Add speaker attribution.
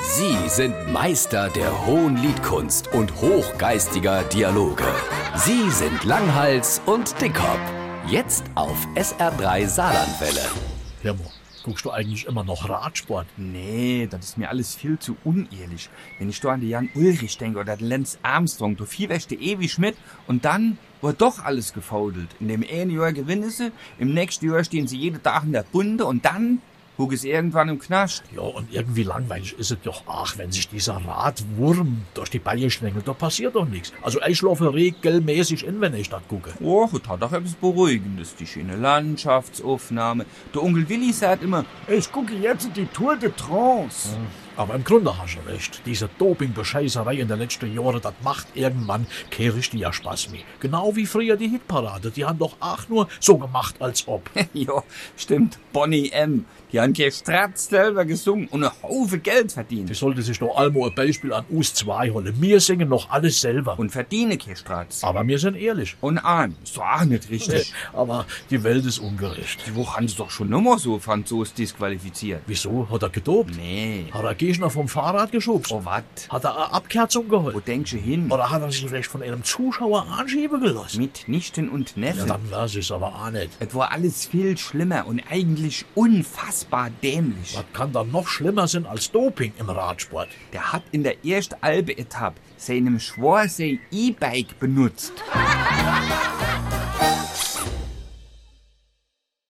Speaker 1: Sie sind Meister der hohen Liedkunst und hochgeistiger Dialoge. Sie sind Langhals und Dickhop. Jetzt auf SR3 Saarlandwelle.
Speaker 2: Hirmo, guckst du eigentlich immer noch Radsport?
Speaker 3: Nee, das ist mir alles viel zu unehrlich. Wenn ich da an die Jan Ulrich denke oder den Lenz Armstrong, du vierwächte ewig Schmidt und dann wird doch alles gefaudelt. In dem einen Jahr gewinnen sie, im nächsten Jahr stehen sie jeden Tag in der Bunde und dann hug es irgendwann im Knast.
Speaker 2: Ja, und irgendwie langweilig ist es doch. Ach, wenn sich dieser Radwurm durch die Beine schlängelt, da passiert doch nichts. Also ich laufe regelmäßig in, wenn ich das gucke.
Speaker 3: Och, das hat auch etwas Beruhigendes. Die schöne Landschaftsaufnahme. Der Onkel Willi sagt immer,
Speaker 4: Ich gucke jetzt die Tour de France.
Speaker 2: Aber im Grunde hast du recht. Diese Doping-Bescheißerei in den letzten Jahren, das macht irgendwann kein richtiger Spaß mehr. Genau wie früher die Hitparade. Die haben doch auch nur so gemacht, als ob.
Speaker 3: ja, stimmt, Bonnie M. Die haben gestratzt selber gesungen und einen Haufen Geld verdient.
Speaker 2: Die sollte sich doch allmo ein Beispiel an uns zwei holen. Wir singen noch alles selber.
Speaker 3: Und verdiene kein Stratz.
Speaker 2: Aber wir sind ehrlich.
Speaker 3: Und arm. Ist doch auch nicht richtig.
Speaker 2: Aber die Welt ist ungerecht.
Speaker 3: Die Woche haben sie doch schon immer so Franzos disqualifiziert.
Speaker 2: Wieso? Hat er gedopt?
Speaker 3: Nee.
Speaker 2: Hat er Gegner vom Fahrrad geschubst?
Speaker 3: Oh, wat?
Speaker 2: Hat er eine Abkerzung
Speaker 3: Wo
Speaker 2: geholt?
Speaker 3: denkst du hin?
Speaker 2: Oder hat er sich vielleicht von einem Zuschauer anschieben gelassen?
Speaker 3: Mit Nichten und
Speaker 2: Ja,
Speaker 3: Neffen.
Speaker 2: dann weiß ich aber auch nicht.
Speaker 3: es war alles viel schlimmer und eigentlich unfassbar dämlich.
Speaker 2: Was kann dann noch schlimmer sein als Doping im Radsport?
Speaker 3: Der hat in der ersten Albe-Etappe seinem Schworsee E-Bike benutzt.